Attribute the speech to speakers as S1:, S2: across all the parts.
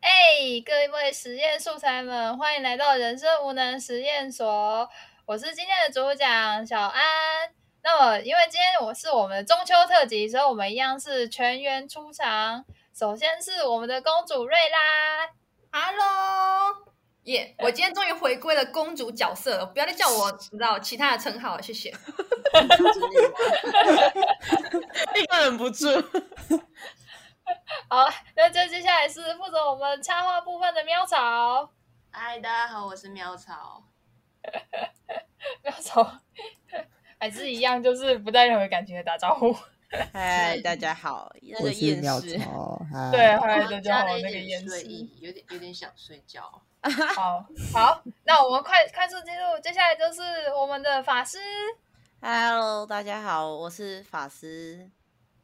S1: 嘿，哎各位实验素材们，欢迎来到人生无能实验所。我是今天的主讲小安。那么，因为今天我是我们的中秋特辑，所以我们一样是全员出场。首先是我们的公主瑞拉，
S2: Hello，耶、我今天终于回归了公主角色了，不要再叫我你知道其他的称号了，谢谢。
S3: 一个忍不住。
S1: 好，那就接下来是负责我们插画部分的喵草，
S4: 嗨，大家好，我是苗草。
S1: 喵草还是一样，就是不带任何感情的打招呼。
S3: 嗨，大家好，那
S5: 我
S3: 个
S5: 是
S3: 厌
S5: 妙
S3: 世，
S5: 潮，嗨
S1: 对，嗨，
S4: 我
S1: 大家
S4: 啊加
S1: 好，
S4: 了一
S1: 那个
S4: 点
S1: 延
S4: 睡
S1: 迟。
S4: 意，有点有点想睡觉。
S1: 好好，那我们快快速进入，接下来就是我们的法师。
S3: Hello，大家好，我是法师，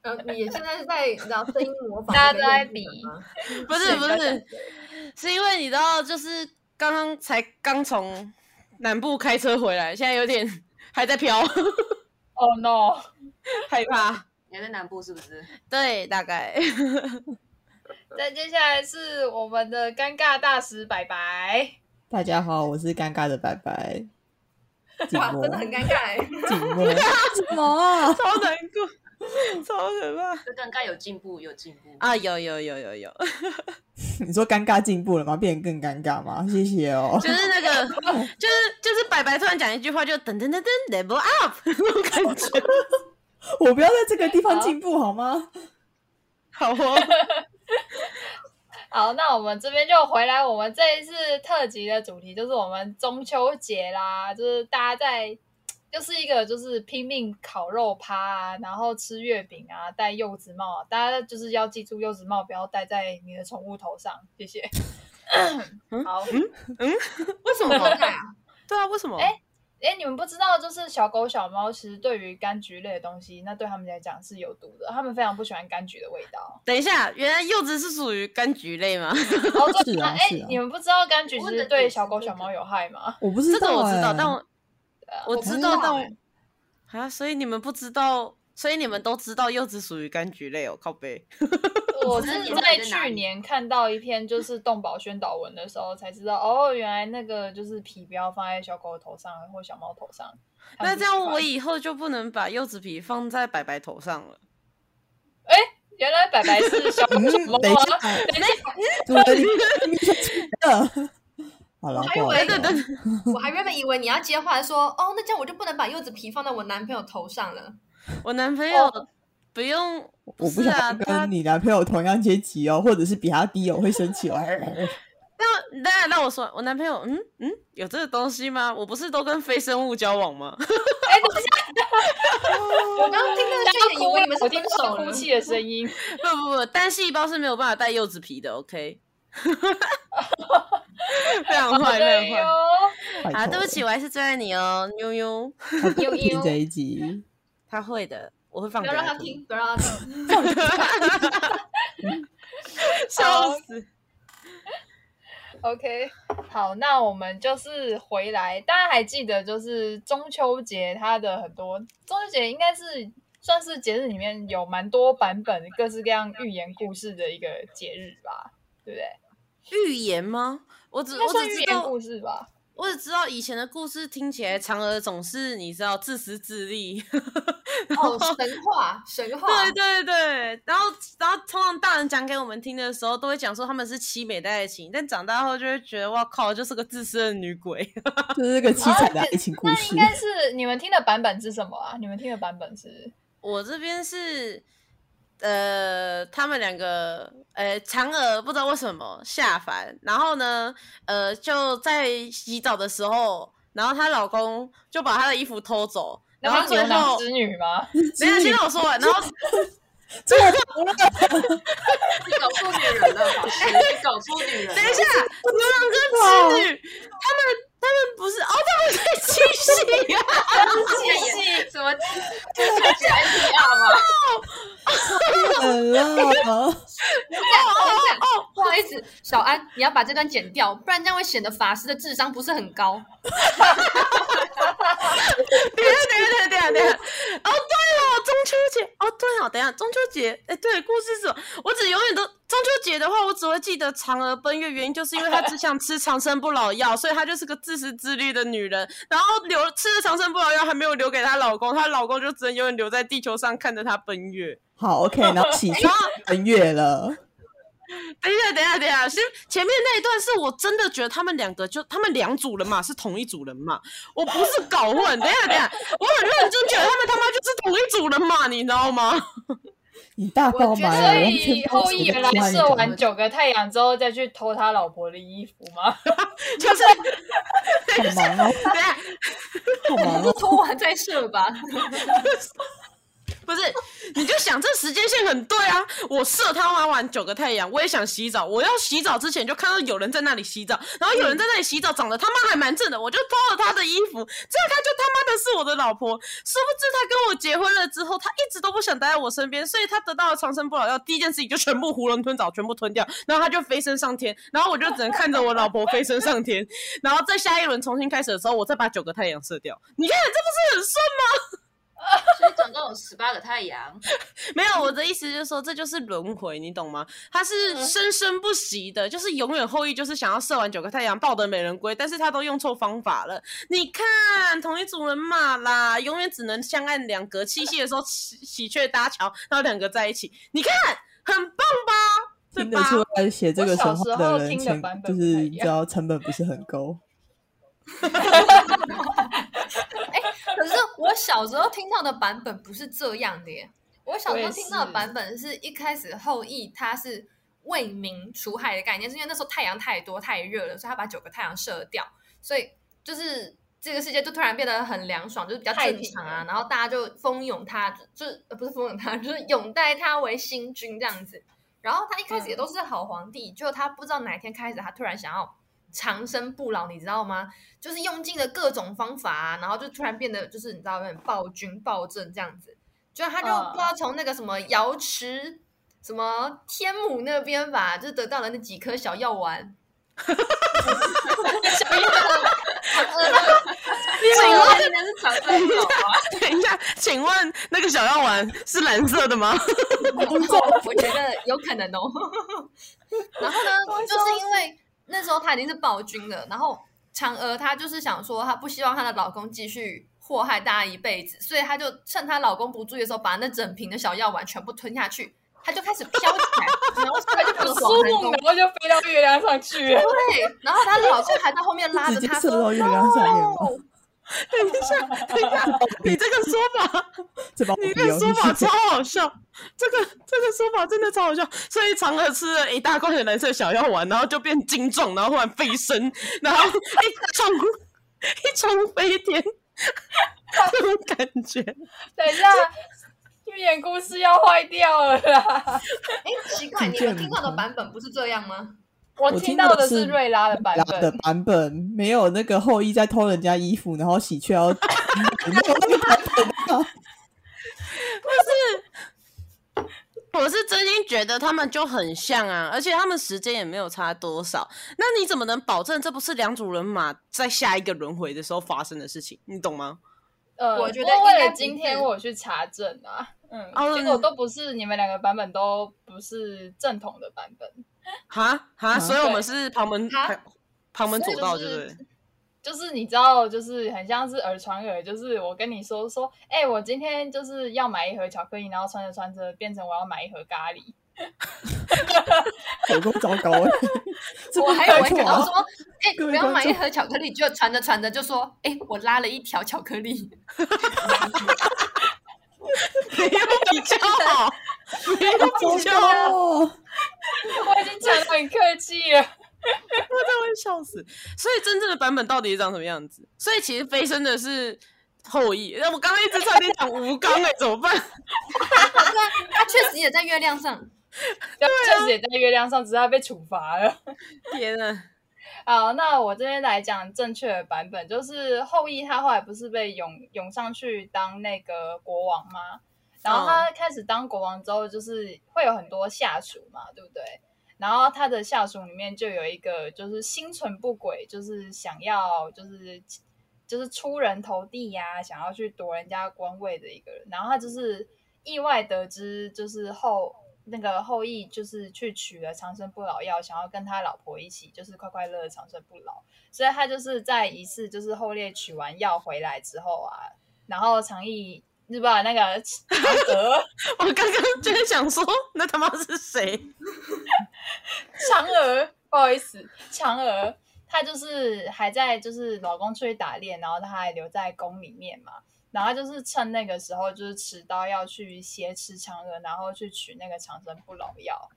S2: 呃，你也现在是在你知道声音模仿
S1: 大家
S2: 那个
S1: 都在
S2: 样子
S1: 比
S2: 吗
S3: 不是不是，是因为你知道，就是刚刚才刚从南部开车回来，现在有点还在飘，
S1: Oh no！
S3: 害怕。
S4: 你还在南部是不是？
S3: 对，大概
S1: 再接下来是我们的尴尬大使白白。
S5: 大家好，我是尴尬的白白，静
S2: 哇，
S5: 默，
S2: 真的很尴尬欸。
S5: 静默， 什么啊？
S3: 超难过，超可怕
S4: 这尴尬有进步，有进步。
S3: 啊！有有有有有，
S5: 你说尴尬进步了吗？变得更尴尬吗？谢谢哦
S3: 就。是那个，就是就是白白突然讲一句话，就噔噔噔噔 level up 那种感觉，
S5: 我不要在这个地方进步好吗？
S3: 好哦。
S1: 好，那我们这边就回来，我们这一次特辑的主题就是我们中秋节啦，就是大家在。就是一个就是拼命烤肉趴啊，然后吃月饼啊，戴柚子帽啊，大家就是要记住柚子帽不要戴在你的宠物头上，谢谢。好，
S3: 为什么
S2: 好尴尬啊
S3: 对啊，为什么？
S1: 哎哎、你们不知道，就是小狗、小猫，其实对于柑橘类的东西，那对他们来讲是有毒的，他们非常不喜欢柑橘的味道。
S3: 等一下，原来柚子是属于柑橘类吗？
S1: 然后就是
S5: 啊
S1: 哎、
S5: 是啊
S1: 你们不知道柑橘其
S4: 我
S1: 实
S4: 的
S1: 对
S4: 解
S1: 小
S4: 释
S1: 狗、
S4: 是
S1: 小
S4: 这
S1: 猫
S4: 个
S1: 有害 吗？
S5: 我不知
S3: 这
S5: 道、
S3: 个我
S5: 欸，
S3: 知道，但我
S1: 对啊
S3: 我
S4: 不
S3: 知
S4: 知
S3: 道，
S4: 道
S3: 但我
S4: 欸
S3: 啊，所以你们不知道，所以你们都知道柚子属于柑橘类哦，靠背。
S1: 我
S4: 知道
S1: 是
S4: 你们
S1: 在
S4: 在哪
S1: 去
S4: 里
S1: 年看到一篇就是动保宣导文的时候才知道，哦，原来那个就是皮不要放在小狗头上或小猫头上。它
S3: 那
S1: 们不
S3: 这样
S1: 喜欢
S3: 我以后就不能把柚子皮放在白白头上了。
S1: 原来白白是小狗、
S5: 嗯
S1: 小猫，
S5: 等一 下
S1: 啊，等一下，
S5: 对对对，你说真的。 好了，
S2: 我还
S5: 不好意
S2: 以为啊
S5: 思哦
S2: 对我还原本以为你要接话说，哦，那这样我就不能把柚子皮放在我男朋友头上了。
S3: 我男朋友不用，
S5: 我不
S3: 是啊，
S5: 想
S3: 他
S5: 跟你男朋友同样阶级哦，或者是比他低哦，我会生气哦。
S3: 那那那我说，我男朋友嗯嗯有这个东西吗？我不是都跟非生物交往吗？
S1: 哎、等一下，
S2: 我刚刚听那个
S1: 大
S2: 剧
S1: 家
S2: 情，以
S1: 哭
S2: 为
S1: 了
S2: 你们，是
S1: 我听
S2: 分
S1: 到
S2: 手
S1: 哭
S2: 了。
S1: 泣的声音。
S3: 不不不，单细胞是没有办法带柚子皮的，OK？非常坏，
S1: 对
S3: 非
S1: 哟
S3: 常坏。。
S5: 拜
S3: 啊，
S5: 托
S3: 对不起，，我还是最爱你哦，妞妞。
S5: 他不会
S1: 悠悠
S5: 听这一集。
S3: 他会的，我会放
S2: 不
S3: 给
S2: 要让他
S3: 听，
S2: 听，不要让他听。
S3: 笑死。
S1: OK，好，那我们就是回来，大家还记得就是中秋节它的很多，中秋节应该是算是节日里面有蛮多版本、各式各样寓言故事的一个节日吧，对不对？
S3: 寓言吗？我只
S1: 应该
S3: 我
S1: 算
S3: 只
S1: 寓
S3: 知
S1: 言
S3: 道
S1: 故，事吧。
S3: 我只知道以前的故事听起来，嫦娥总是你知道自私自利，
S2: 哦，神话，神话。
S3: 对对对。然后然后通常大人讲给我们听的时候，都会讲说他们是凄美的爱情，但长大后就会觉得哇靠，就是个自私的女鬼。
S5: 就是个凄惨的爱情故
S1: 那
S5: 事
S1: 应。该是你们听的版本是什么啊？你们听的版本是
S3: 我这边是，呃，他们两个，呃，嫦娥不知道为什么下凡，然后呢，呃，就在洗澡的时候，然后她老公就把她的衣服偷走，然
S1: 那
S3: 后
S1: 是
S3: 最
S1: 牛郎
S3: 后，
S1: 织女吗？
S3: 等一下先让我说完，然后
S5: 这个服了，
S4: 你搞错女人 了，老师，你搞错女人了。
S3: 等一下，牛郎跟织女，他们他们不是哦，他们在 七夕啊，
S4: 谢谢。什么？这是讲安迪亚吗？
S5: 冷了。
S2: 哦，不好意思，小安，你要把这段剪掉，不然这样会显得法师的智商不是很高。
S3: 等一下等一下等一下等一下，哦对了，中秋节哦，对哦，等一下中秋节，哎，对，故事是什么？我只永远都中秋节的话，我只会记得嫦娥奔月，原因就是因为她只想吃长生不老药，所以她就是个自私自利的女人。然后留吃了长生不老药还没有留给她老公，她老公就只能永远留在地球上看着她奔月。
S5: 好，OK，然后起床奔月了，
S3: 等一下，等一下，等一下，先前面那一段是我真的觉得他们两个就他们两组人嘛，是同一组人嘛，我不是搞混。等一下，等一下，我很认真觉得他们他妈就是同一组人嘛，你知道吗？
S5: 你大爆
S2: 我觉得
S5: 买
S1: 所
S5: 了，完全
S1: 以
S5: 不
S1: 后
S5: 是
S1: 羿
S5: 一个
S1: 原来
S5: 外
S1: 射
S5: 人
S1: 完九个太阳之后再去偷他老婆的衣服吗？
S3: 就是
S5: 好忙哦，
S3: 等一下，
S5: 好忙
S2: 不
S5: 哦，
S2: 拖完再射吧。
S3: 不是，你就想这时间线很对啊！我射他玩完九个太阳，我也想洗澡。我要洗澡之前就看到有人在那里洗澡，然后有人在那里洗澡，长得他妈还蛮正的，我就偷了他的衣服，这样他就他妈的是我的老婆。殊不知他跟我结婚了之后，他一直都不想待在我身边，所以他得到了长生不老药，第一件事情就全部囫囵吞枣，全部吞掉，然后他就飞升上天，然后我就只能看着我老婆飞升上天，然后在下一轮重新开始的时候，我再把九个太阳射掉。你看，这不是很顺吗？
S4: 所以总共有十八个太阳，
S3: 没有，我的意思就是说，这就是轮回，你懂吗？他是生生不息的，就是永远后羿就是想要射完九个太阳抱得美人归，但是他都用错方法了。你看，同一组人马啦，永远只能相爱两隔，七夕的时候喜喜鹊搭桥，然后两个在一起。你看，很棒吧？对
S5: 听得
S3: 吧？
S5: 出来写这个神话
S1: 我
S5: 的人
S1: 小时候听的
S5: 成
S1: 版本
S5: 就
S1: 不太
S5: 是
S1: 一
S5: 你
S1: 样
S5: 知道成本不是很高，
S2: 可是我小时候听到的版本不是这样的耶，我小
S1: 我
S2: 时候
S1: 也是
S2: 听到的版本是一开始后羿他是为民除害的概念，是因为那时候太阳太多太热了，所以他把九个太阳射掉，所以就是。这个世界就突然变得很凉爽，就是比较
S1: 太
S2: 正常
S1: 平
S2: 啊，然后大家就蜂拥他，就是呃不是蜂拥他， 就是拥戴他为新君这样子。然后他一开始
S1: 嗯
S2: 也都是好皇帝，就他不知道哪一天开始，他突然想要长生不老，你知道吗？就是用尽了各种方法、啊，然后就突然变得就是你知道有点暴君暴政这样子，就他就
S1: 嗯
S2: 不知道从那个什么瑶池、什么天母那边吧，就得到了那几颗小药丸，
S4: 所以我真的是长生不老啊！
S3: 等一下，请问那个小药丸是蓝色的吗？
S2: 我觉得有可能哦。 然后呢，就是因为那时候她已经是暴君了，然后嫦娥她就是想说，她不希望她的老公继续祸害大家一辈子，所以她就趁她老公不注意的时候，把那整瓶的小药丸全部吞下去，她就开始飘起来，然后她就开始
S1: 苏
S2: 往南
S1: 梦，
S2: 东
S1: 然后就飞到月亮上去了。
S2: 对，然后她老公还在后面拉
S5: 直
S2: 着
S5: 接
S2: 她
S5: 射
S2: 说
S5: 到月亮上面了，
S2: 哦
S3: 等一下，等一下，你这个说法。
S5: 这帮我
S3: 你
S5: 不
S3: 这个
S5: 用
S3: 说法
S5: 谢
S3: 超
S5: 谢
S3: 好笑，这个这个说法真的超好笑。所以嫦娥吃了一大罐的蓝色小药丸，然后就变精壮，然后忽然飞升，然后一冲一冲飞天，这种感觉。
S1: 等一下，寓言故事要坏掉了啦！
S2: 哎，奇怪，你们听到的版本不是这样吗？
S1: 我
S5: 我
S1: 听
S5: 听
S1: 到
S5: 到
S1: 的
S5: 的
S1: 是
S5: 是
S1: 瑞拉的版
S5: 拉的
S1: 本，
S5: 版本没有那个后羿在偷人家衣服，然后喜鹊要没有那个版本啊，
S3: 我是真心觉得他们就很像啊，而且他们时间也没有差多少。那你怎么能保证这不是两组人马在下一个轮回的时候发生的事情？你懂吗？
S1: 呃，
S2: 我觉得
S1: 不过为
S2: 应该
S1: 了
S2: 不
S1: 今
S2: 是
S1: 天我去查证啊，嗯，
S3: 哦
S1: 结果都不是你们两个版本都不是正统的版本，
S3: 哈哈，
S5: 啊
S3: 所以我们是旁门
S2: 哈
S3: 旁旁门左道，
S1: 所以就
S3: 对不
S1: 是
S3: 对？
S1: 就是你知道，就是很像是耳传耳，就是我跟你说说，哎、我今天就是要买一盒巧克力，然后穿着穿着变成我要买一盒咖喱，
S5: 有够糟糕哎，这
S2: 我
S5: 不
S2: 还以
S5: 会
S2: 为
S5: 错
S2: 想要
S5: 啊
S2: 说， 哎、
S5: 各
S2: 不
S5: 位
S2: 要
S5: 观
S2: 买一
S5: 众
S2: 盒巧克力，就传着传着就说，哎、我拉了一条巧克力，
S3: 没有比较好，没有比较好。
S5: 哦，
S1: 我已经讲的很客气了。
S3: 我真的会笑死。所以真正的版本到底是长什么样子？所以其实飞升的是后羿，那我刚刚一直差点讲吴刚哎，怎么办？
S2: 对啊，它确实也在月亮上。
S1: 对，啊确实也在月亮上，只是他被处罚了。
S3: 天啊！
S1: 好，那我这边来讲正确的版本，就是后羿他后来不是被涌涌上去当那个国王吗？然后他开始当国王之后，就是会有很多下属嘛，对不对？然后他的下属里面就有一个就是心存不轨，就是想要就是就是出人头地呀、想要去夺人家官位的一个人。然后他就是意外得知，就是后那个后羿就是去取了长生不老药，想要跟他老婆一起就是快快乐乐长生不老。所以他就是在一次就是后列取完药回来之后啊，然后长羿。是吧？那个 嫦娥，
S3: 我刚刚就是想说，那他妈是谁？
S1: 嫦娥，不好意思，嫦娥，她就是还在就是老公出去打猎，然后她还留在宫里面嘛，然后她就是趁那个时候就是持刀要去挟持嫦娥，然后去取那个长生不老药，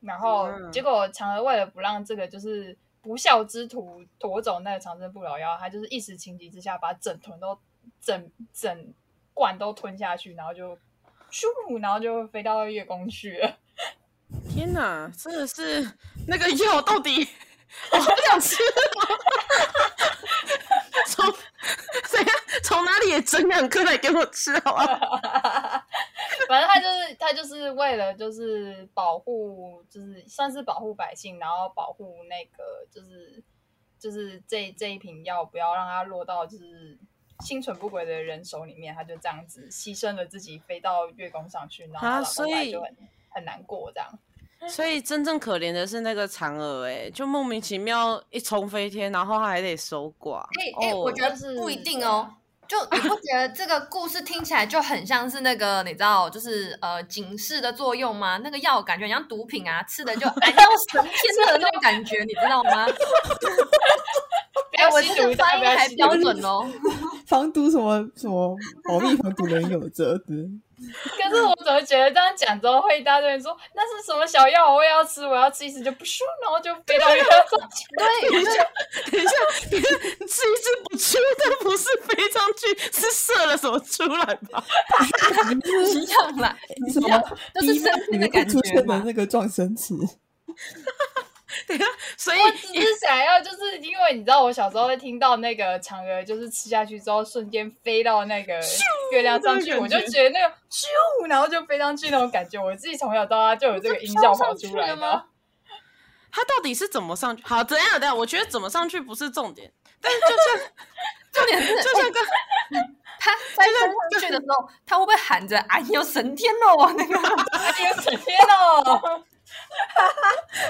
S1: 然后
S3: 嗯
S1: 结果嫦娥为了不让这个就是不孝之徒夺走那个长生不老药，她就是一时情急之下把整屯都整整罐都吞下去，然后就咻，然后就飞到月宫去了。
S3: 天哪，真的是那个药到底，我好想吃哦。 从谁呀？从哪里也整两颗来给我吃好啊？
S1: 反正他就是他就是为了就是保护，就是算是保护百姓，然后保护那个就是就是这这一瓶药不要让它落到就是心存不轨的人手里面，他就这样子牺牲了自己飞到月宫上去，然后
S3: 啊
S1: 他老
S3: 所
S1: 公本来
S3: 以
S1: 就很很难过这样。
S3: 所以真正可怜的是那个嫦娥、哎，就莫名其妙一冲飞天，然后还得守寡。
S2: 哎哎，我觉得不一定哦。就你不觉得这个故事听起来就很像是那个你知道，就是呃警示的作用吗？那个药感觉很像毒品啊，吃的就哎要神天的那种感觉，你知道吗？
S1: 不要
S2: 哎我
S1: 吸
S2: 这
S1: 毒，
S2: 个
S1: 大家
S2: 发音
S1: 不要
S2: 还
S1: 吸
S2: 标
S1: 毒，
S2: 准哦。
S5: 防毒什么什 么保密防毒人有责的。
S1: 可是我怎么觉得这样讲之后会一大堆人说那是什么小药，我也要吃，我要吃一吃就不舒，然后就飞 到月宫上去。
S2: 对，就
S3: 等一下，你是吃一只不去，但不是飞上去，是射了什么出来 吧？
S2: 一样啦，
S5: 你什么
S2: 都是
S5: 逼
S2: 生
S5: 你
S2: 命
S5: 们
S2: 的
S5: 会
S2: 感
S5: 出
S2: 觉
S5: 现的
S2: 嘛。
S5: 那个撞声词，
S3: 等一下，所以
S1: 我只是想要，就是因为你知道，我小时候会听到那个嫦娥，就是吃下去之后瞬间飞到那个月亮上去，
S3: 那个
S1: 我
S3: 感
S1: 就
S3: 觉
S1: 觉得那个咻，然后就飞上去那种感觉，我自己从小到大就有这个音效跑出来
S2: 上去了吗？
S3: 他到底是怎么上去？好，怎样？等一下，我觉得怎么上去不是重点，但是就像
S2: 重点是
S3: 就像刚
S2: 他在升上去的时候，他会不会喊着“哎呦神天哦” 那个？
S1: 哎呦，天哦！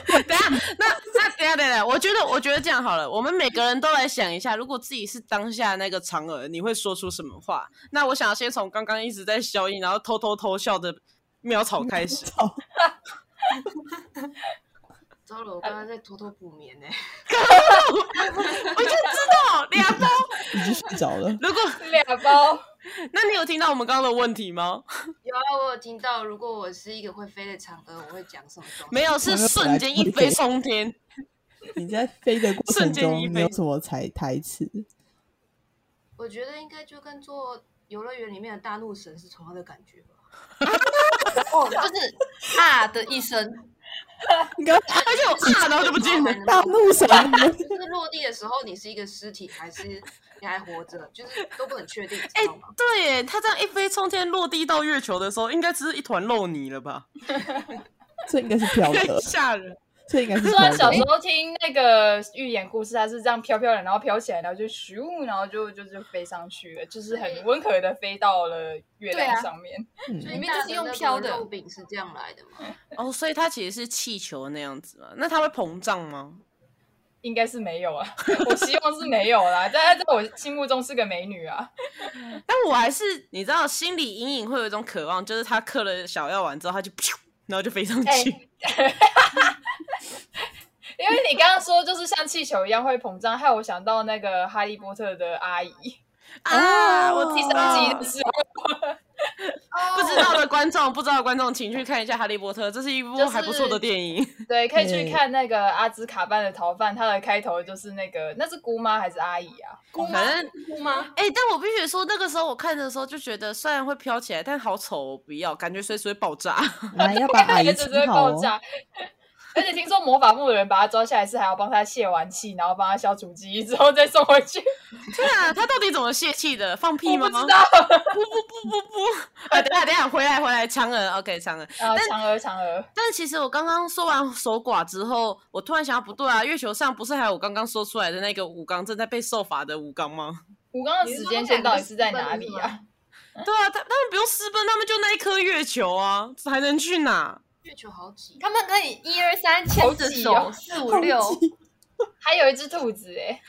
S3: 等一下， 那那等一下等一下，我觉得我觉得这样好了，我们每个人都来想一下，如果自己是当下那个嫦娥，你会说出什么话？那我想要先从刚刚一直在消音，然后偷偷偷笑的苗草开始。
S5: 操！
S4: 糟了，我刚刚在偷偷补眠呢、
S3: 我就知道两包。
S5: 已经睡着了。
S3: 如果
S1: 俩包，
S3: 那你有听到我们刚刚的问题吗？
S4: 有啊，我有听到，如果我是一个会飞的嫦娥，我会讲什么东西？
S3: 没 有，是瞬间一飞冲天。
S5: 你在飞的过程
S3: 瞬间一
S5: 中，你有
S3: 飞
S5: 什么台台词？
S4: 我觉得应该就跟做游乐园里面的大怒神是同样的感觉吧。
S2: 哦，就是啊的一声，
S5: 你刚刚
S3: 而且我啊，然后就不 见了。
S5: 哦大怒神，
S3: 哎
S4: 就是落地的时候，你是一个尸体 还是你还活着，就是都不很确定，
S3: 哎
S4: 知道吗？
S3: 对耶，他这样一飞冲天落地到月球的时候，应该只是一团肉泥了吧？，
S5: 这应该是 飘 的
S3: 吓人。
S5: 这应该是
S1: 虽
S5: 飘
S1: 然小时
S5: 的。
S1: 候听那个寓言故事，它是这样飘飘的，然后飘起来，然后就咻，然后就就就飞上去了，就是很温和的飞到了月
S2: 对啊
S1: 亮上面。
S4: 所
S5: 嗯，
S4: 以
S2: 里面就是
S4: 大
S2: 用
S4: 那个
S2: 飘的
S4: 肉饼是这样来的嘛？
S3: 哦，所以它其实是气球那样子嘛？那它会膨胀吗？
S1: 应该是没有啊，我希望是没有啦。但她在我心目中是个美女啊，
S3: 但我还是你知道，心里隐隐会有一种渴望，就是它嗑了小药丸之后，它就 噗，然后就飞上
S1: 哎
S3: 去。
S1: 因为你刚刚说就是像气球一样会膨胀，害我想到那个哈利波特的阿姨，
S3: 啊，
S5: 哦
S3: 我
S1: 第
S3: 知
S1: 三集
S3: 道
S1: 的时候
S3: 不知道的观众，不知道的观众，请去看一下《哈利波特》，这是一部
S1: 就是
S3: 还不错的电影。
S1: 对，可以去
S5: 对
S1: 看那个阿兹卡班的逃犯，它的开头就是那个那是姑妈还是阿姨啊？
S2: 姑妈
S3: 反正，
S2: 姑妈，
S3: 哎、但我必须说，那个时候我看的时候就觉得，虽然会飘起来，但好丑哦，不要，感觉随时会爆炸。
S5: 来要把阿姨
S1: 只
S5: 请
S1: 会
S5: 好
S1: 爆
S5: 哦。
S1: 炸。而且听说魔法部的人把他抓下来是还要帮他泄完气，然后帮他消除记忆之后再送回去。
S3: 天啊，他到底怎么泄气的？放
S1: 我
S3: 屁吗？
S1: 不知道。
S3: 不不不不不！啊，等一下等一下，回来回来，嫦娥，OK，嫦娥。
S1: 啊，嫦娥，嫦娥，
S3: 但其实我刚刚说完守寡之后，我突然想到不对啊，月球上不是还有我刚刚说出来的那个武冈正在被受罚的武冈吗？
S1: 吴刚的时间线到底是在哪里
S4: 你是说他们两个私奔是
S1: 啊？
S3: 对啊，他他们不用私奔，他们就那一颗月球啊，这还能去哪？
S4: 月球好挤，
S2: 他们可以一二三
S1: 好
S2: 牵着
S1: 挤
S2: 手，
S1: 哦
S2: 四五六，
S1: 还有一只兔子哎、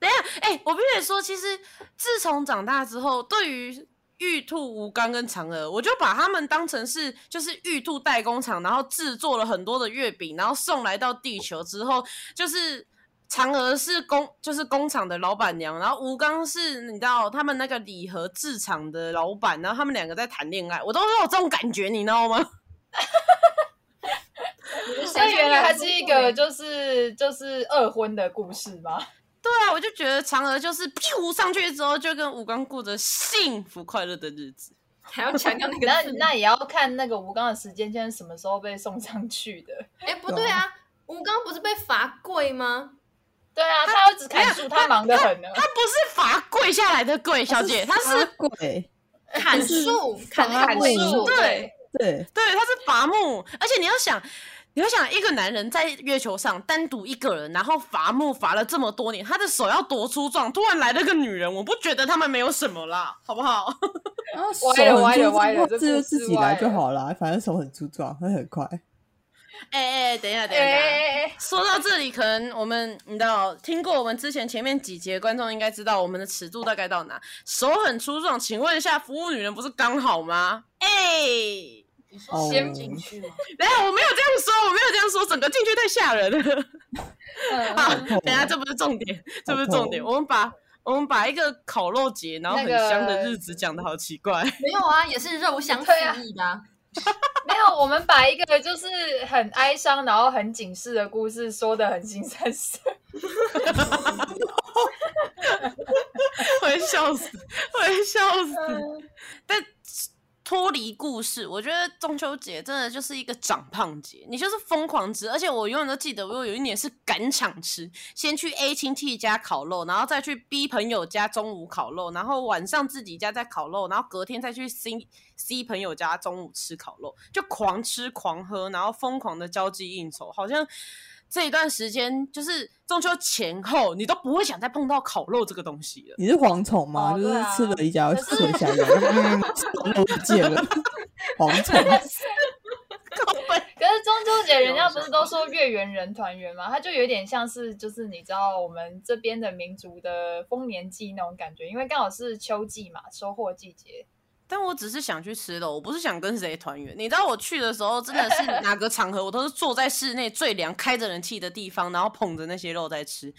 S3: 等一下，哎、我必须得说，其实自从长大之后，对于玉兔、吴刚跟嫦娥，我就把他们当成是就是玉兔代工厂，然后制作了很多的月饼，然后送来到地球之后，就是。嫦娥是工，就是工厂的老板娘，然后吴刚是你知道他们那个礼盒制厂的老板，然后他们两个在谈恋爱，我都有这种感觉，你知道吗？
S1: 所以原来它是一个就是就是二婚的故事 吗？
S3: 对啊，我就觉得嫦娥就是屁上去之后，就跟吴刚过着幸福快乐的日子。
S2: 还要强调那
S1: 那
S2: 个字。
S1: 那也要看那个吴刚的时间线是什么时候被送上去的。
S2: 哎，不对啊，吴刚不是被罚跪 吗？
S1: 对啊，他要只砍
S3: 没有
S1: 树，他忙得很呢。
S3: 他不是罚跪下来的跪，小姐，他是
S5: 鬼，
S2: 砍树，砍那
S5: 罚
S2: 个
S1: 砍
S5: 跪
S1: 树，
S3: 对
S5: 对，
S3: 对，他是伐木，而且你要想。你要想一个男人在月球上单独一个人，然后伐木伐了这么多年，他的手要多粗壮？突然来了个女人，我不觉得他们没有什么啦，好不好？
S5: 然后
S1: 歪了
S5: 手
S1: 啊
S5: 很
S1: 歪了
S5: 粗壮
S1: 歪了
S5: 这
S1: 这
S5: 就
S1: 故事
S5: 自己
S1: 歪
S5: 来就
S1: 了
S5: 好啦，反正手很粗壮，会很快。
S3: 哎哎、等一下，等
S1: 哎
S3: 一下，等一下
S1: 哎，
S4: 啊
S1: 哎
S3: 说到这里，可能我们你知道，听过我们之前前面几节观众应该知道我们的尺度大概到哪，手很粗壮。请问一下，服务女人不是刚好吗？哎、
S4: 你说先
S5: 哦
S4: 进去吗？
S3: 等一下哎我没有这样说，我没有这样说，整个进去太吓人了。
S1: 嗯
S3: 好，
S5: 痛哦
S3: 等一下这不是重点，这不是
S5: 好痛哦
S3: 重点，我们把。我们把一个烤肉节，然后很
S1: 那个
S3: 香的日子讲的好奇怪，
S2: 没有啊，也是肉香四
S1: 对啊
S2: 溢的 啊。
S1: 没有，我们把一个就是很哀伤，然后很警示的故事说的很新三色。
S3: 我会笑死，我会笑死。但脱离故事，我觉得中秋节真的就是一个长胖节，你就是疯狂吃。而且我永远都记得，我有一年是赶场吃，先去 A 亲戚家烤肉，然后再去 B 朋友家中午烤肉，然后晚上自己家再烤肉，然后隔天再去 C C 朋友家中午吃烤肉，就狂吃狂喝，然后疯狂的交际应酬，好像。这一段时间就是中秋前后，你都不会想再碰到烤肉这个东西了。
S5: 你是蝗虫吗？
S1: 哦
S5: 就是
S1: 对啊
S5: 吃了一家，
S1: 可是
S5: 吃了一下一家，嗯，都不见了。蝗虫，
S1: 可是中秋节人家不是都说月圆人团圆吗？它就有点像是就是你知道我们这边的民族的丰年祭那种感觉，因为刚好是秋季嘛，收获季节。
S3: 但我只是想去吃的，我不是想跟谁团圆。你知道我去的时候，真的是哪个场合，我都是坐在室内最凉、开着人气的地方，然后捧着那些肉在吃。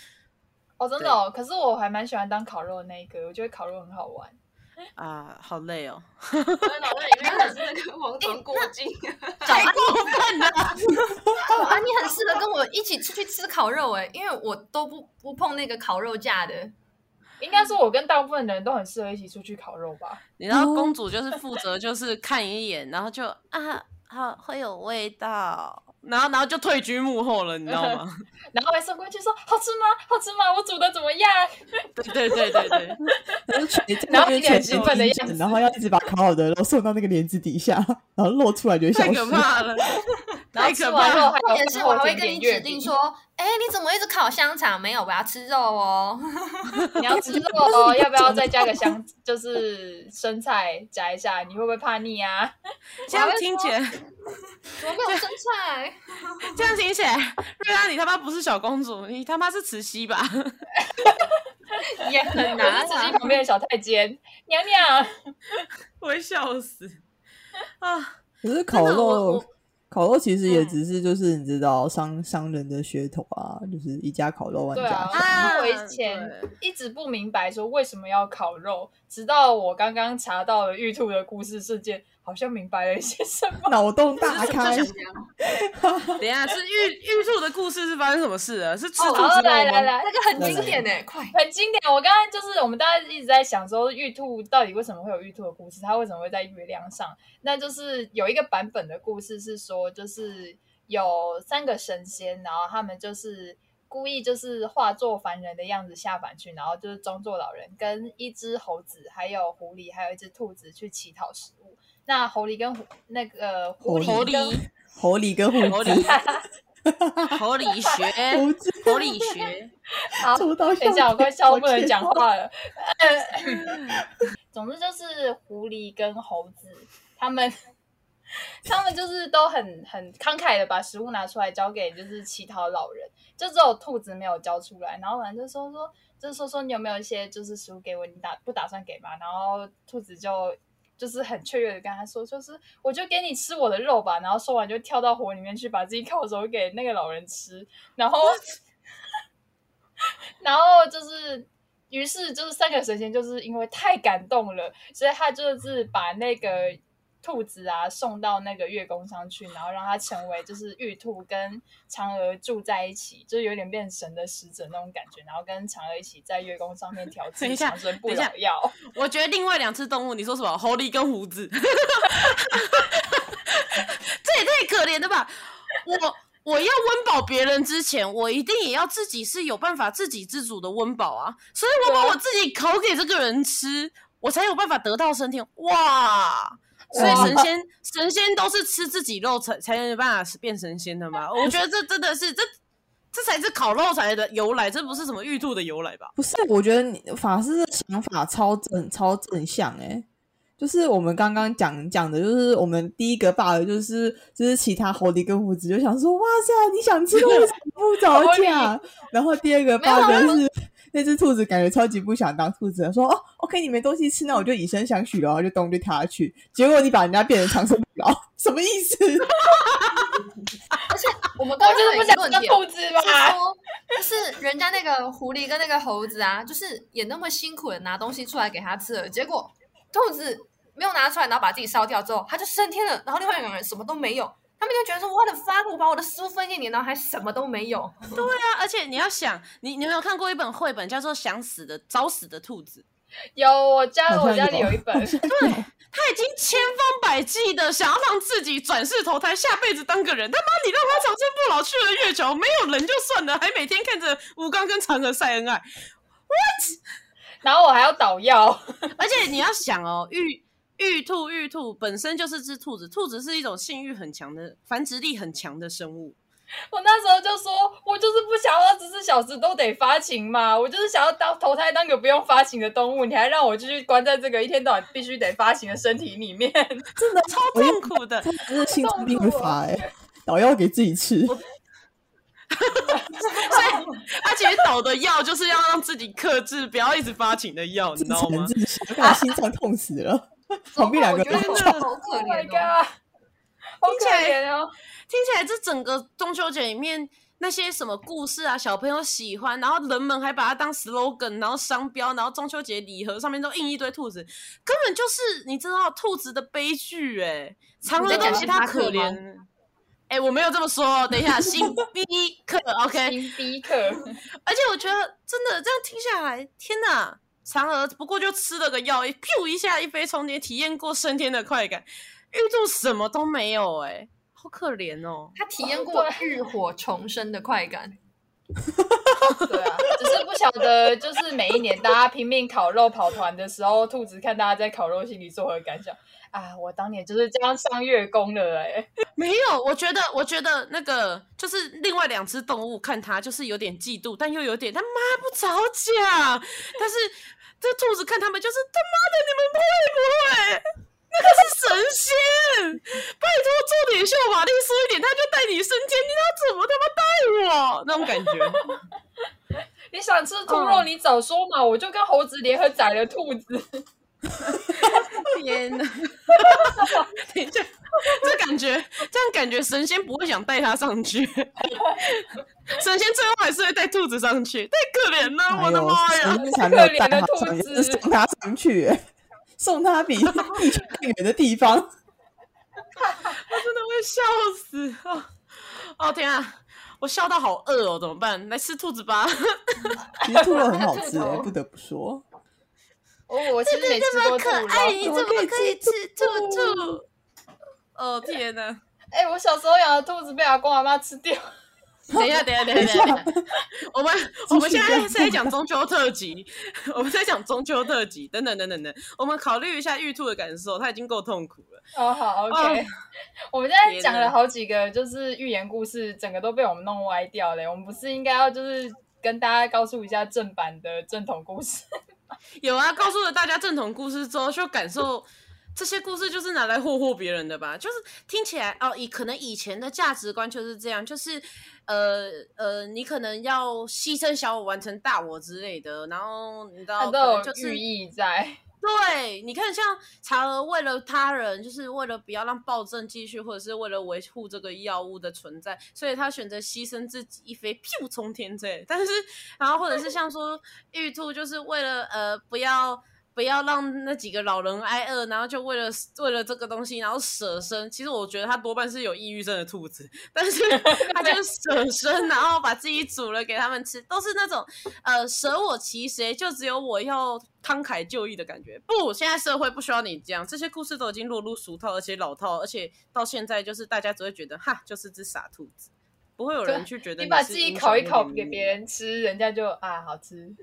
S1: 哦，真的哦，可是我还蛮喜欢当烤肉的那一个，我觉得烤肉很好玩。
S3: 啊，好累哦！
S4: 我的脑袋里面 是哎那个蝗虫过境，
S3: 太过分了！
S2: 哦啊，你很适合跟我一起出去吃烤肉哎，因为我都不不碰那个烤肉架的。
S1: 应该说，我跟大部分人都很适合一起出去烤肉吧。
S3: 你知道公主就是负责就是看一眼，然后就啊，好会有味道，然后然后就退居幕后了，你知道吗？
S1: 然后还送过去说好吃吗？好吃吗？我煮的怎么样？
S3: 对对对对对，
S5: 然后全
S1: 然后
S5: 就
S1: 一
S5: 是
S1: 脸
S5: 全
S1: 兴奋的样子
S5: 然后要一直把烤好的肉送到那个帘子底下，然后露出来就会消
S3: 太
S5: 失
S3: 可。怕了，
S1: 然
S3: 太
S1: 后吃
S3: 可
S1: 完
S3: 怕
S1: 肉
S3: 了！
S1: 还
S2: 重
S1: 有
S2: 点是
S1: 饭
S2: 我
S1: 后
S2: 还会
S1: 甜
S2: 跟
S1: 点
S2: 你
S1: 月
S2: 指定
S1: 饼，
S2: 说，哎，你怎么一直烤香肠？没有，我要吃肉哦。
S1: 你要吃肉哦，要不要再加个香， 就是生菜夹一下？你会不会怕腻啊？
S3: 这样听起来，
S2: 怎么没有生菜？
S3: 这样听起来，瑞拉你他妈不是小公主，你他妈是慈禧吧？
S2: 也很
S1: 我
S3: 啊
S1: 是自己旁边的小太监，娘娘。
S3: 我会笑死啊！
S5: 可是烤
S3: 真的我
S5: 肉
S3: 我，
S5: 烤肉其实也
S3: 嗯
S5: 只是就是你知道商商人的噱头啊，就是一家烤肉万
S1: 对
S5: 家
S1: 啊
S5: 香。
S3: 啊
S1: 我以前
S3: 对
S1: 一直不明白说为什么要烤肉，直到我刚刚查到了玉兔的故事事件，好像明白了一些什么。
S5: 脑洞
S1: 啊
S5: 大开，
S3: 等一下，是玉玉兔的故事是发生什么事啊了？是吃兔子肉
S1: 哦好，
S3: 吗？
S1: 来来来，
S2: 那个很经典哎，快！
S1: 很经典。我刚刚就是我们大家一直在想说，玉兔到底为什么会有玉兔的故事？它为什么会在月亮上？那就是有一个版本的故事是说，就是有三个神仙，然后他们就是故意就是化作凡人的样子下凡去，然后就是装作老人，跟一只猴子、还有狐狸、还有一只兔子去乞讨食物。那狐狸跟狐那个狐狸
S3: 狐
S1: 跟
S3: 狸，
S5: 狐狸跟狐
S3: 狐
S5: 狸
S3: 狸，口理学，
S5: 不知
S3: 口理学，
S1: 好
S5: 怎么到
S1: 等一下，我快笑不能讲
S5: 话。
S1: 话了。总之就是狐狸跟猴子，他们他们就是都很很慷慨的把食物拿出来交给就是乞讨老人，就只有兔子没有交出来。然后老人就说说，就是说说你有没有一些就是食物给我，你打不打算给吗？然后兔子就。就是很雀跃的跟他说，就是我就给你吃我的肉吧，然后说完就跳到火里面去，把自己烤熟给那个老人吃，然后然后就是，于是就是三个神仙就是因为太感动了，所以他就是把那个兔子啊送到那个月宫上去，然后让它成为就是玉兔跟嫦娥住在一起，就是有点变神的使者那种感觉，然后跟嫦娥一起在月宫上面 调
S3: 等一
S1: 制
S3: 下
S1: 长生不
S3: 等一下
S1: 老药。
S3: 我觉得另外两只动物，你说什么？狐狸跟胡子，这也太可怜了吧！我我要温饱别人之前，我一定也要自己是有办法自给自足的温饱啊，所以我把我自己烤给这个人吃，我才有办法得到升天。哇！所以
S1: 哇
S3: 神仙神仙都是吃自己肉才才有办法变神仙的嘛？我觉得这真的是这这才是烤肉才的由来，这不是什么玉兔的由来吧？
S5: 不是，我觉得你法师的想法超正超正向哎、就是我们刚刚讲讲的，就是我们第一个罢了，就是就是其他猴狸跟胡子就想说，哇塞，你想吃肉为什么不早讲？然后第二个罢了就是那只兔子感觉超级不想当兔子的，说哦，OK，你没东西吃，那我就以身相许了，然后就东就跳下去，结果你把人家变成长生不老，什么意思？
S2: 我们刚
S1: 我
S2: 刚
S1: 就是不
S2: 有一个
S1: 想
S2: 论
S1: 当
S2: 点，
S1: 兔子
S2: 是
S1: 吧？
S2: 说，就是人家那个狐狸跟那个猴子啊，就是也那么辛苦的拿东西出来给他吃了，结果兔子没有拿出来，然后把自己烧掉之后，他就升天了。然后另外两个人什么都没有，他们就觉得说我的发，我把我的食物分给你，然后还什么都没有。
S3: 对啊， 而且你要想，你你有没有看过一本绘本叫做《想死的早死的兔子》？
S1: 有我家
S5: 好
S1: 我
S5: 像
S1: 家里有一本，
S3: 他已经千方百计的想要让自己转世投胎，下辈子当个人。他妈，你让他长生不老去了月球，没有人就算了，还每天看着吴刚跟嫦娥晒恩爱。
S1: 然后我还要捣药。
S3: 而且你要想哦，玉玉兔玉兔本身就是只兔子，兔子是一种性欲很强的、繁殖力很强的生物。
S1: 我那时候就说，我就是不想要二十四小时都得发情嘛，我就是想要当投胎当个不用发情的动物，你还让我继续关在这个一天到晚必须得发情的身体里面，
S5: 真的
S3: 超痛苦的，
S5: 真的是心脏病会发哎、导药给自己吃，
S3: 所以他其实倒的药就是要让自己克制，不要一直发情的药，你
S5: 自
S3: 知道吗
S5: 残？自杀，把心脏痛死 了。旁边两个
S2: 我觉得
S3: 人
S2: 真的好可
S1: Oh my
S2: 怜哦。
S1: god，好
S3: 听
S1: 可
S3: 起来
S1: 怜哦。
S3: 听起来这整个中秋节里面那些什么故事啊，小朋友喜欢，然后人们还把它当 slogan，然后商标，然后中秋节礼盒上面都印一堆兔子，根本就是你知道兔子的悲剧哎、嫦娥
S2: 在
S3: 都
S2: 讲
S3: 比它
S2: 星巴克吗
S3: 可怜。哎、我没有这么说哦，等一下，新 逼克 OK，
S1: 新逼客，
S3: 而且我觉得真的这样听下来，天哪！嫦娥不过就吃了个药，一咻一下一飞冲天，体验过升天的快感，玉兔什么都没有、哎，好可怜哦。
S2: 他体验过浴火重生的快感，
S1: 对啊，只是不晓得，就是每一年大家拼命烤肉跑团的时候，兔子看大家在烤肉，心里作何感想？啊，我当年就是这样上月宫了哎、
S3: 没有，我觉得，我觉得那个就是另外两只动物看它就是有点嫉妒，但又有点他妈不早讲。但是这兔子看他们就是他妈的，你们会不会？那个是神仙，拜托做点秀玛丽苏一点，他就带你升天，你要怎么他妈带我？那种感觉，
S1: 你想吃兔肉，
S3: 嗯
S1: 你早说嘛！我就跟猴子联合宰了兔子。
S3: 天哪！等一下，这感觉，这样感觉神仙不会想带他上去，神仙最后还是会带兔子上去，太可怜
S5: 哎
S3: 了，我的妈呀！
S5: 神仙才没有带他上去，
S1: 可怜的兔
S5: 是
S1: 子
S5: 送他上去、欸，送他比 地球更远的地 方。
S3: 真的会笑死哦！哦天啊，我笑到好饿哦，怎么办？来吃兔子吧。
S5: 其实兔肉很好吃、
S1: 兔
S5: 欸，
S1: 头
S5: 不得不说。
S1: 我我其实没吃过兔肉。
S3: 哎你
S5: 怎么可以
S3: 吃兔兔？哦天哪！
S1: 哎、我小时候养的兔子被阿公阿妈吃掉，
S3: 等一下，等一下，等一 下，等一下，等一下我们我们现在是在讲中秋特辑， 我们在讲中秋特辑，等等等等等，我们考虑一下玉兔的感受，他已经够痛苦了。
S1: 哦，好，OK。我 们现在讲了好几个，就是寓言故事，整个都被我们弄歪掉嘞。我们不是应该要就是跟大家告诉一下正版的正统故事？
S3: 有啊，告诉了大家正统故事之后，就感受这些故事就是拿来霍霍别人的吧。就是听起来哦，以可能以前的价值观就是这样，就是呃呃，你可能要牺牲小我完成大我之类的，然后你知道，
S1: 它
S3: 哦可
S1: 都
S3: 能
S1: 有
S3: 就是
S1: 寓意在。
S3: 对，你看，像嫦娥为了他人，就是为了不要让暴政继续，或者是为了维护这个药物的存在，所以他选择牺牲自己一飞，噗冲天之类的。但是，然后或者是像说玉兔，就是为了呃不要不要让那几个老人挨饿，然后就为了为了这个东西，然后舍身。其实我觉得他多半是有抑郁症的兔子，但 是他就舍身，然后把自己煮了给他们吃，都是那种呃舍我其谁，就只有我要慷慨就义的感觉。不，现在社会不需要你这样，这些故事都已经落入俗套，而且老套，而且到现在就是大家只会觉得哈，就是只傻兔子，不会有人去觉得
S1: 你把自
S3: 是
S1: 己
S3: 英
S1: 烤一
S3: 雄
S1: 烤
S3: 人
S1: 给
S3: 物
S1: 别人吃，人家就啊好吃。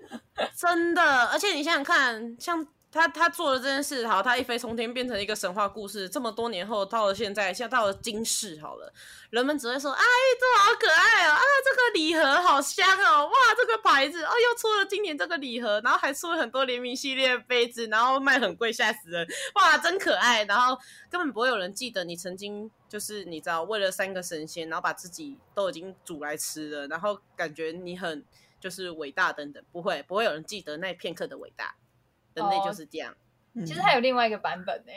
S3: 真的，而且你想想看，像他他做了这件事，好，他一飞冲天变成一个神话故事，这么多年后到了现在，现在到了今世好了，人们只会说啊，玉兔好可爱哦，啊，这个礼盒好香哦，哇，这个牌子哦，又出了今年这个礼盒，然后还出了很多联名系列杯子，然后卖很贵，吓死人，哇，真可爱，然后根本不会有人记得你曾经就是你知道为了三个神仙，然后把自己都已经煮来吃了，然后感觉你很就是伟大等等，不会不会有人记得那片刻的伟大，人类就是这样、
S1: 其实
S5: 嗯
S1: 还有另外一个版本呢、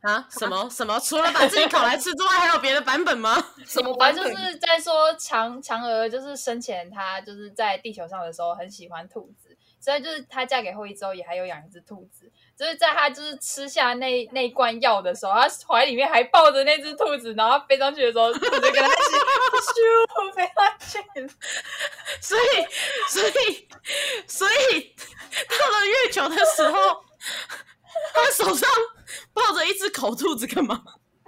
S3: 啊？什么什么？除了把自己烤来吃之外，还有别的版本吗？
S1: 什么反正就是在说嫦嫦娥，就是生前她就是在地球上的时候很喜欢兔子，所以就是她嫁给后羿之后也还有养一只兔子。就是在她就是吃下那那罐药的时候，她怀里面还抱着那只兔子，然后飞上去的时候，兔子跟 她一起咻飞上去。
S3: 所以，所以，所以到了月球的时候，他手上抱着一只烤兔子干嘛？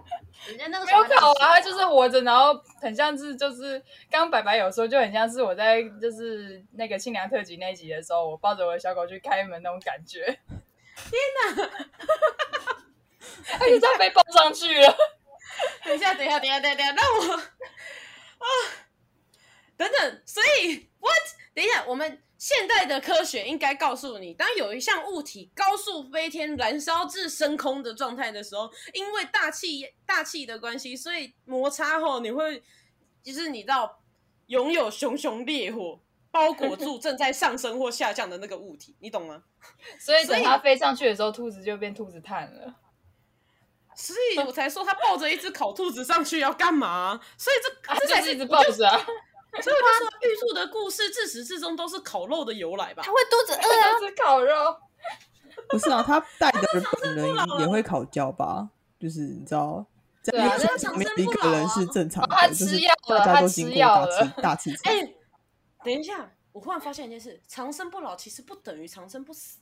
S4: 人家那个
S1: 没
S4: 时候
S1: 有
S4: 还在
S1: 烤啊，她
S4: 学
S1: 就是活着，然后很像是就是刚刚白白有说，就很像是我在就是那个清凉特辑那一集的时候，我抱着我的小狗去开门那种感觉。天 哪！它就这样被抱上去了。
S3: 等一下，等一下，等一下，等一下，等一下，让我 啊，等等，所以 what？等一下，我们现代的科学应该告诉你，当有一项物体高速飞天、燃烧至升空的状态的时候，因为大气大气的关系，所以摩擦后你会，就是你到拥有熊熊烈火。包裹住正在上升或下降的那个物体，你懂吗？
S1: 所以
S3: 所
S1: 等
S3: 以
S1: 它飞上去的时候，兔子就变兔子炭了。
S3: 所以我才说他抱着一只烤兔子上去要干嘛？所以这、
S1: 啊，
S3: 这
S1: 就
S3: 才
S1: 是
S3: 是
S1: 一直抱着啊，
S3: 所以我就说，玉兔的故事自始至终都是烤肉的由来吧
S2: 他？会肚子饿啊，
S1: 这是烤肉。
S5: 不是啊，他带的人本人也会烤焦吧？就是你知道，在
S1: 对啊
S5: 那个世界没有一个人是正常的，
S1: 哦他
S5: 就是
S1: 吃药了
S5: 大家
S1: 他
S5: 都
S1: 吃
S5: 经过
S1: 药
S5: 大
S1: 了
S5: 吃大吃。
S3: 哎、等一下，我忽然发现一件事：长生不老其实不等于长生不死。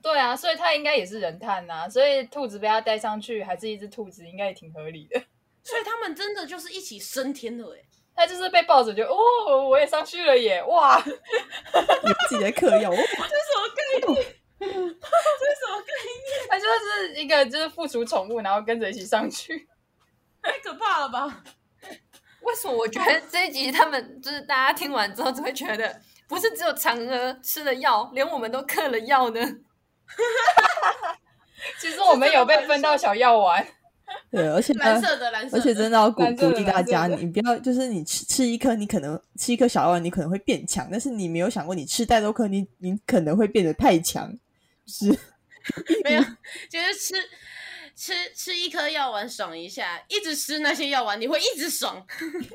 S1: 对啊，所以它应该也是人炭呐、所以兔子被它带上去，还是一只兔子，应该也挺合理的。
S3: 所以他们真的就是一起升天了、欸，
S1: 它就是被抱着就哦，我也上去了耶，哇！
S5: 你自己在嗑药，我哦
S3: 这是什么概念？这是什么概 念？
S1: 它就是一个就是附属宠物，然后跟着一起上去。
S3: 太可怕了吧！
S2: 为什么我觉得这一集他们就是大家听完之后只会觉得，不是只有嫦娥吃了药，连我们都嗑了药呢？
S1: 其实我们有被分到小药丸，
S5: 对，而且
S3: 蓝色的，蓝色
S5: 而
S3: 的，
S5: 且真的要鼓
S1: 蓝色
S5: 鼓
S1: 的
S5: 励大家，
S1: 蓝色的
S5: 你不要就是你吃吃一颗，你可能吃一颗小药丸，你可能会变强，但是你没有想过，你吃太多颗，你你可能会变得太强。是，
S3: 没有，就是吃吃吃一颗药丸爽一下，一直吃那些药丸，你会一直爽。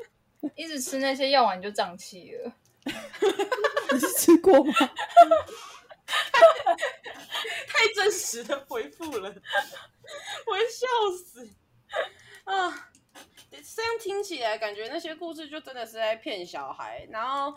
S1: 一直吃那些药丸就胀气了。
S5: 你是吃过吗？
S3: 太真实的回复了， 我会笑死啊！这样听起来感觉那些故事就真的是在骗小孩，然后，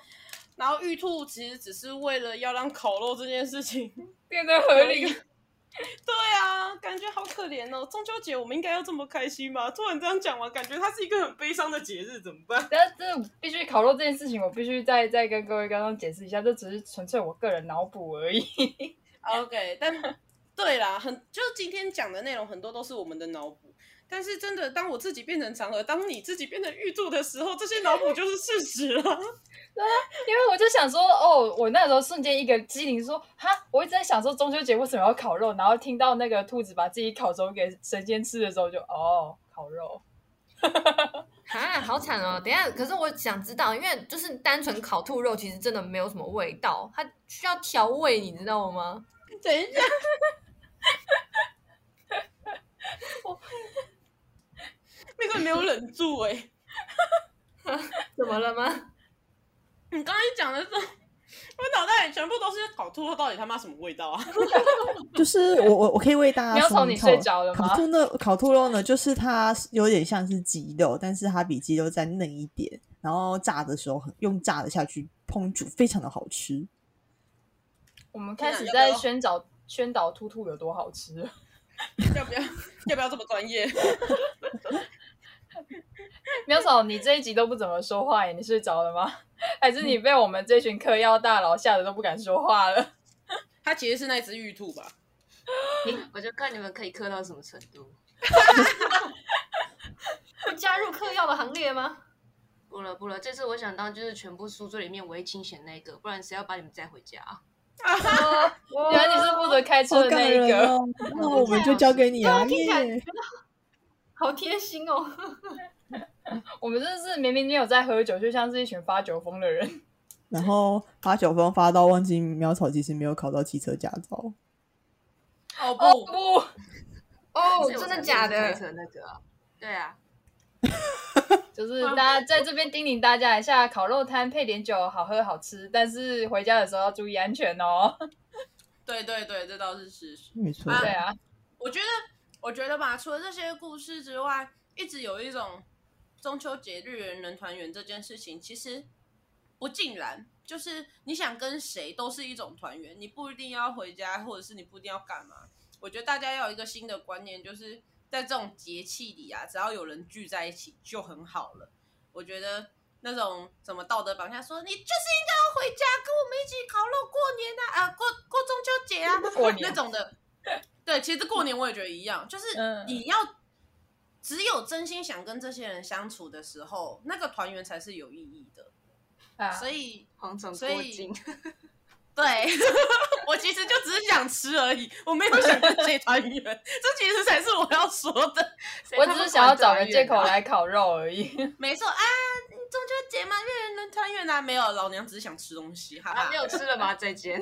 S3: 然后玉兔其实只是为了要让烤肉这件事情
S1: 变得合理，
S3: 对啊，感觉好可怜哦。中秋节我们应该要这么开心吗？突然这样讲完，感觉它是一个很悲伤的节日，怎么办？
S1: 但这必须烤肉这件事情，我必须再再跟各位观众解释一下，这只是纯粹我个人脑补而已。
S3: OK，但对啦，很就是今天讲的内容很多都是我们的脑补，但是真的，当我自己变成嫦娥，当你自己变成玉兔的时候，这些脑补就是事实了。
S1: 因为我就想说，哦，我那时候瞬间一个机灵说，哈，我一直在想说中秋节为什么要烤肉，然后听到那个兔子把自己烤熟给神仙吃的时候就，哦，烤肉。
S2: 啊，好惨哦！等一下，可是我想知道，因为就是单纯烤兔肉，其实真的没有什么味道，它需要调味，你知道吗？
S3: 等一下，我那个没有忍住哎、
S2: 怎么了吗？
S3: 你刚才讲的时候，我脑袋里全部都是烤兔肉到底他妈什么味道啊？
S5: 就是我我我可以为大家
S1: 喵
S5: 说
S1: 虫
S5: 明
S1: 你
S5: 烤
S1: 睡着了吗
S5: 烤兔肉烤兔肉呢，就是它有点像是鸡肉，但是它比鸡肉再嫩一点，然后炸的时候很用炸的下去烹煮，非常的好吃。
S1: 我们开始
S3: 天啊
S1: 在
S3: 要不要
S1: 宣导宣导兔兔有多好吃。
S3: 要不要要不要这么专业？
S1: 喵嫂，你这一集都不怎么说话耶，你睡着了吗？ 还是你被我们这群嗑药大佬吓得都不敢说话了？
S3: 它其实是那只玉兔吧？
S4: 我就看你们可以磕到什么程度。
S2: 会加入嗑药的行列吗？
S4: 不了不了，这次我想当就是全部书桌里面唯清闲那一个，不然谁要把你们载回家啊？
S1: 原
S2: 啊
S1: 来你是负责开车
S5: 好
S1: 的
S5: 感
S1: 那一
S5: 人
S1: 个，
S5: 哦！那我们就交给你啊，
S2: 听起来
S5: 耶！
S2: 好贴心哦！
S1: 我们真的是明明没有在喝酒，就像是一群发酒疯的人。
S5: 然后发酒疯发到忘记苗草其实没有考到汽车驾照，
S3: 哦不，
S1: 哦不，
S2: 哦，
S4: 所以我
S2: 真
S4: 才
S2: 的假
S4: 开
S2: 的？
S4: 车那个啊，对啊，
S1: 就是大家在这边叮咛大家一下，烤肉摊配点酒，好喝好吃，但是回家的时候要注意安全哦。
S3: 对对对，这倒是事实。
S5: 没错。
S3: 啊
S1: 对啊，
S3: 我觉得，我觉得吧，除了这些故事之外，一直有一种中秋节日人人团圆这件事情，其实不尽然，就是你想跟谁都是一种团圆，你不一定要回家，或者是你不一定要干嘛。我觉得大家要有一个新的观念，就是在这种节气里啊，只要有人聚在一起就很好了。我觉得那种什么道德绑架说，你就是应该要回家跟我们一起烤肉过年啊，啊过过中秋节啊，
S1: 过年
S3: 那种的。对，其实过年我也觉得一样，就是
S1: 嗯
S3: 你要只有真心想跟这些人相处的时候，那个团圆才是有意义的。
S1: 啊，
S3: 所以
S4: 蝗虫
S3: 所
S4: 过
S3: 以
S4: 境。
S3: 对 我其实就只是想吃而已，我没有想跟谁团圆， 这其实才是我要说的。
S1: 我只是想要找个借
S4: 啊
S1: 口。来烤肉而已。
S3: 没错啊，中秋节嘛，月圆人团圆啊，没有，老娘只是想吃东西，哈
S4: 啊，
S3: 哈
S4: 没。有吃了吗？再见。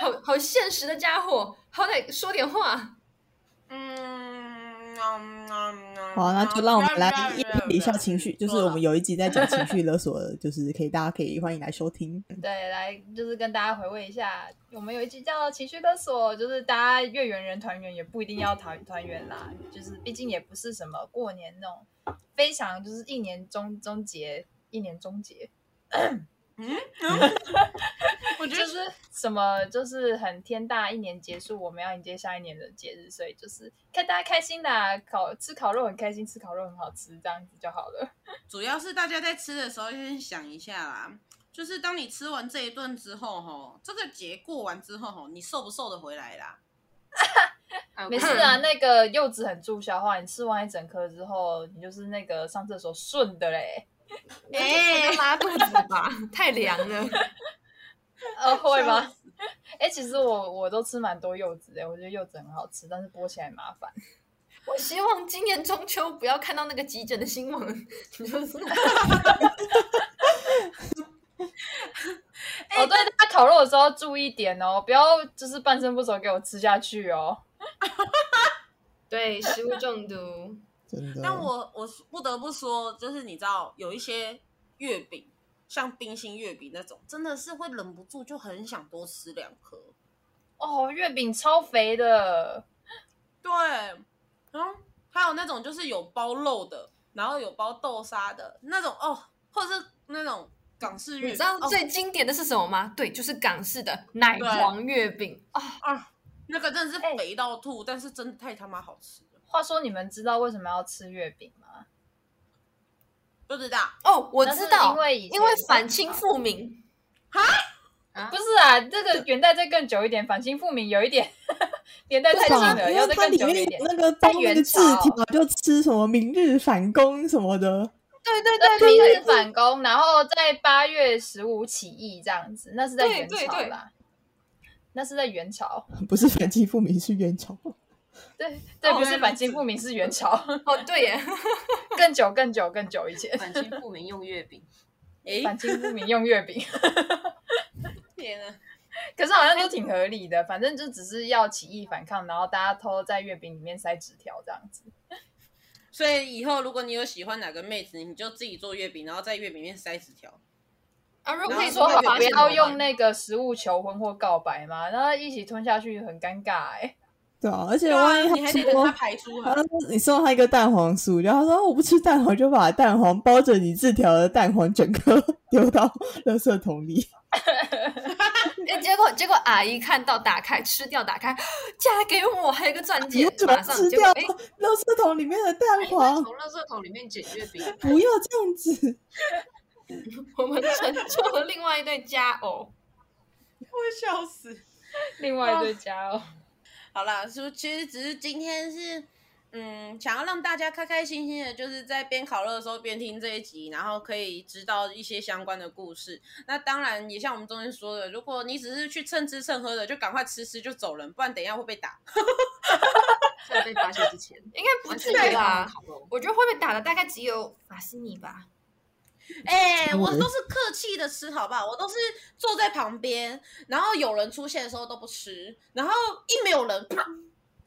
S2: 好好现实的家伙，好歹说点话。
S3: 嗯，嗯嗯嗯
S5: 好，那就让我们来
S3: 嗯
S5: 一一下情绪，就是我们有一集在讲情绪勒索的，就是可以大家可以欢迎来收听。
S1: 对，来就是跟大家回味一下，我们有一集叫情绪勒索，就是大家月圆人团圆也不一定要团团圆啦，就是毕竟也不是什么过年那种非常就是一年终终结，一年终结，
S3: 我觉
S1: 就
S3: 得
S1: 是什么就是很天大一年结束，我们要迎接下一年的节日，所以就是看大家开心啦，烤吃烤肉很开心，吃烤肉很好吃，这样子就好了。
S3: 主要是大家在吃的时候先想一下啦，就是当你吃完这一顿之后，吼，这个节过完之后，吼，你瘦不瘦得回来啦？
S4: 啊
S1: 没事啊，那个柚子很助消化，你吃完一整颗之后，你就是那个上厕所顺的嘞，
S2: 哎，拉肚子吧，太凉了。
S1: 呃，会吗？哎、其实我我都吃蛮多柚子的，我觉得柚子很好吃，但是剥起来很麻烦。
S2: 我希望今年中秋不要看到那个急诊的新闻，就是
S1: 哦，对，大家烤肉的时候要注意点哦，不要就是半生不熟给我吃下去哦。
S2: 对食物中毒。
S5: 真的，
S3: 但我我不得不说，就是你知道有一些月饼，像冰心月饼那种，真的是会忍不住就很想多吃两颗。
S1: 哦，月饼超肥的，
S3: 对，然后还有那种就是有包肉的，然后有包豆沙的那种哦，或者是那种港式月
S2: 你知
S3: 饼，
S2: 道
S3: 哦
S2: 最经典的是什么吗？对，就是港式的奶
S3: 对
S2: 黄月饼啊，
S3: 啊，那个真的
S1: 哎
S3: 是肥到吐，但是真的太他妈好吃了，
S1: 话说，你们知道为什么要吃月饼吗？
S3: 不知道
S2: 哦，我
S1: 那
S2: 知
S1: 是
S2: 道
S1: 因，为以前
S2: 因为反清复明，
S1: 不是啊，这个年代再更久一点，反清复明有一点 年代太
S5: 对
S1: 近
S5: 吧？
S1: 了，
S5: 啊因
S1: 要
S5: 为
S1: 再
S5: 它
S1: 更
S5: 里
S1: 久一
S5: 面
S1: 点
S5: 有。那个
S1: 在
S5: 当那
S1: 元
S5: 个字
S1: 朝
S5: 条，就吃什么明日反攻什么的，
S2: 对对
S1: 那
S2: 对
S1: 明
S2: 对
S1: 日
S2: 对，
S1: 反攻，然后在八月十五起义这样子，那是在元
S2: 对
S1: 朝
S2: 对
S1: 啦，那是在元朝，
S5: 不是反清复明，是元朝。
S1: 对对，
S2: 哦
S1: 不
S2: 原来
S1: 是
S2: 如
S1: 反清 复明，是元朝，
S2: 哦对耶，
S1: 更久更久更久以前，
S4: 反清复明用月 饼，
S3: 诶，
S1: 反清复明用月饼，
S3: 哎天啊！
S1: 可是好
S2: 哎
S1: 像都挺合理的，反正就只是要起义反抗，然后大家偷偷在月饼里面塞纸条这样子。
S3: 所以以后如果你有喜欢哪个妹子，你就自己做月饼，然后在月饼里面塞纸条。
S2: 啊，如果
S1: 不
S3: 然
S1: 是
S3: 后
S1: 说
S2: 你
S1: 好
S2: 会发
S1: 不
S2: 现
S1: 要
S2: 怎么
S1: 用
S2: 办
S1: 那个食物求婚或告白嘛，然后一起吞下去很尴尬哎、
S5: 对啊，而且
S3: 对啊，
S5: 万
S3: 你
S5: 一
S3: 还
S5: 他
S3: 得等它
S5: 说，
S3: 排出
S5: 他
S3: 来。
S5: 说你送他一个蛋黄酥，然后他说我不吃蛋黄，就把蛋黄包着你字条的蛋黄整颗 丢到垃圾桶里。
S2: 哎，结果结果阿姨看到打开吃掉，打开嫁给我，还有一个钻
S5: 你
S2: 戒
S5: 为，什么
S2: 马
S5: 要
S2: 上
S5: 吃
S2: 结果
S5: 掉
S2: 哎，
S5: 垃圾桶里面的蛋
S4: 应该
S5: 黄
S4: 从？垃圾桶里面捡月饼。
S5: 不要这样子，
S2: 我们成就了另外一对佳偶。
S3: 我会笑死。
S1: 另外一对家 哦，
S3: 好啦，是不其实只是今天是，嗯，想要让大家开开心心的，就是在边烤肉的时候边听这一集，然后可以知道一些相关的故事。那当然也像我们中间说的，如果你只是去蹭吃蹭喝的，就赶快吃吃就走人，不然等一下会被打。
S4: 在被发现之前，
S2: 应该不
S4: 完
S2: 至
S4: 全
S2: 于
S4: 不会
S2: 啦
S4: 让人，烤肉。
S2: 我觉得会被打的大概只有法西米吧。
S3: 哎、
S5: 对
S3: 我都是客气的吃，好不好？我都是坐在旁边，然后有人出现的时候都不吃，然后一没有人， 啪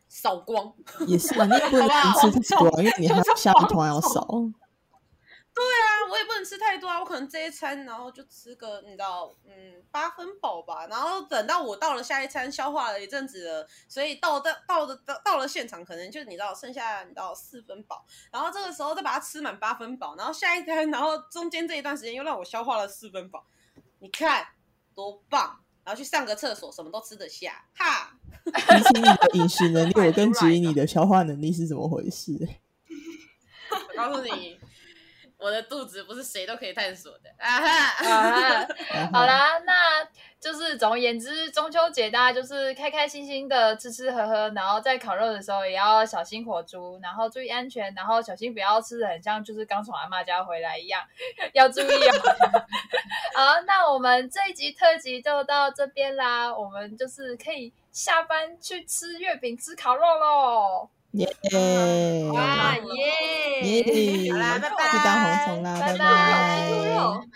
S3: 扫光。
S5: 也是啊，你也不能吃太多啊，因为你还有下一团要少。
S3: 啊我也不能吃太多啊，我可能这一餐然后就吃个你知道，嗯，八分饱吧。然后等到我到了下一餐，消化了一阵子了，所以到到到的到到了现场，可能就你知道剩下你知道四分饱，然后这个时候再把它吃满八分饱，然后下一餐，然后中间这一段时间又让我消化了四分饱，你看多棒！然后去上个厕所，什么都吃得下，哈。
S5: 比起你的饮食能力，我更质疑你的消化能力是怎么回事。
S3: 我告诉你，我的肚子不是谁都可以探索的啊哈。
S1: 啊，
S5: 然后
S1: 好，啦，那就是总而言之，中秋节大家就是开开心心的吃吃喝喝，然后在烤肉的时候也要小心火烛，然后注意安全，然后小心不要吃的很像就是刚从阿妈家回来一样， 要注意哦。好，那我们这一集特辑就到这边啦，我们就是可以下班去吃月饼、吃烤肉喽。
S5: 耶，
S2: 哇耶！
S5: 耶，
S3: 好啦拜拜
S5: 去当蝗虫啦，
S1: 拜
S5: 拜
S1: 拜
S2: 吃猪肉。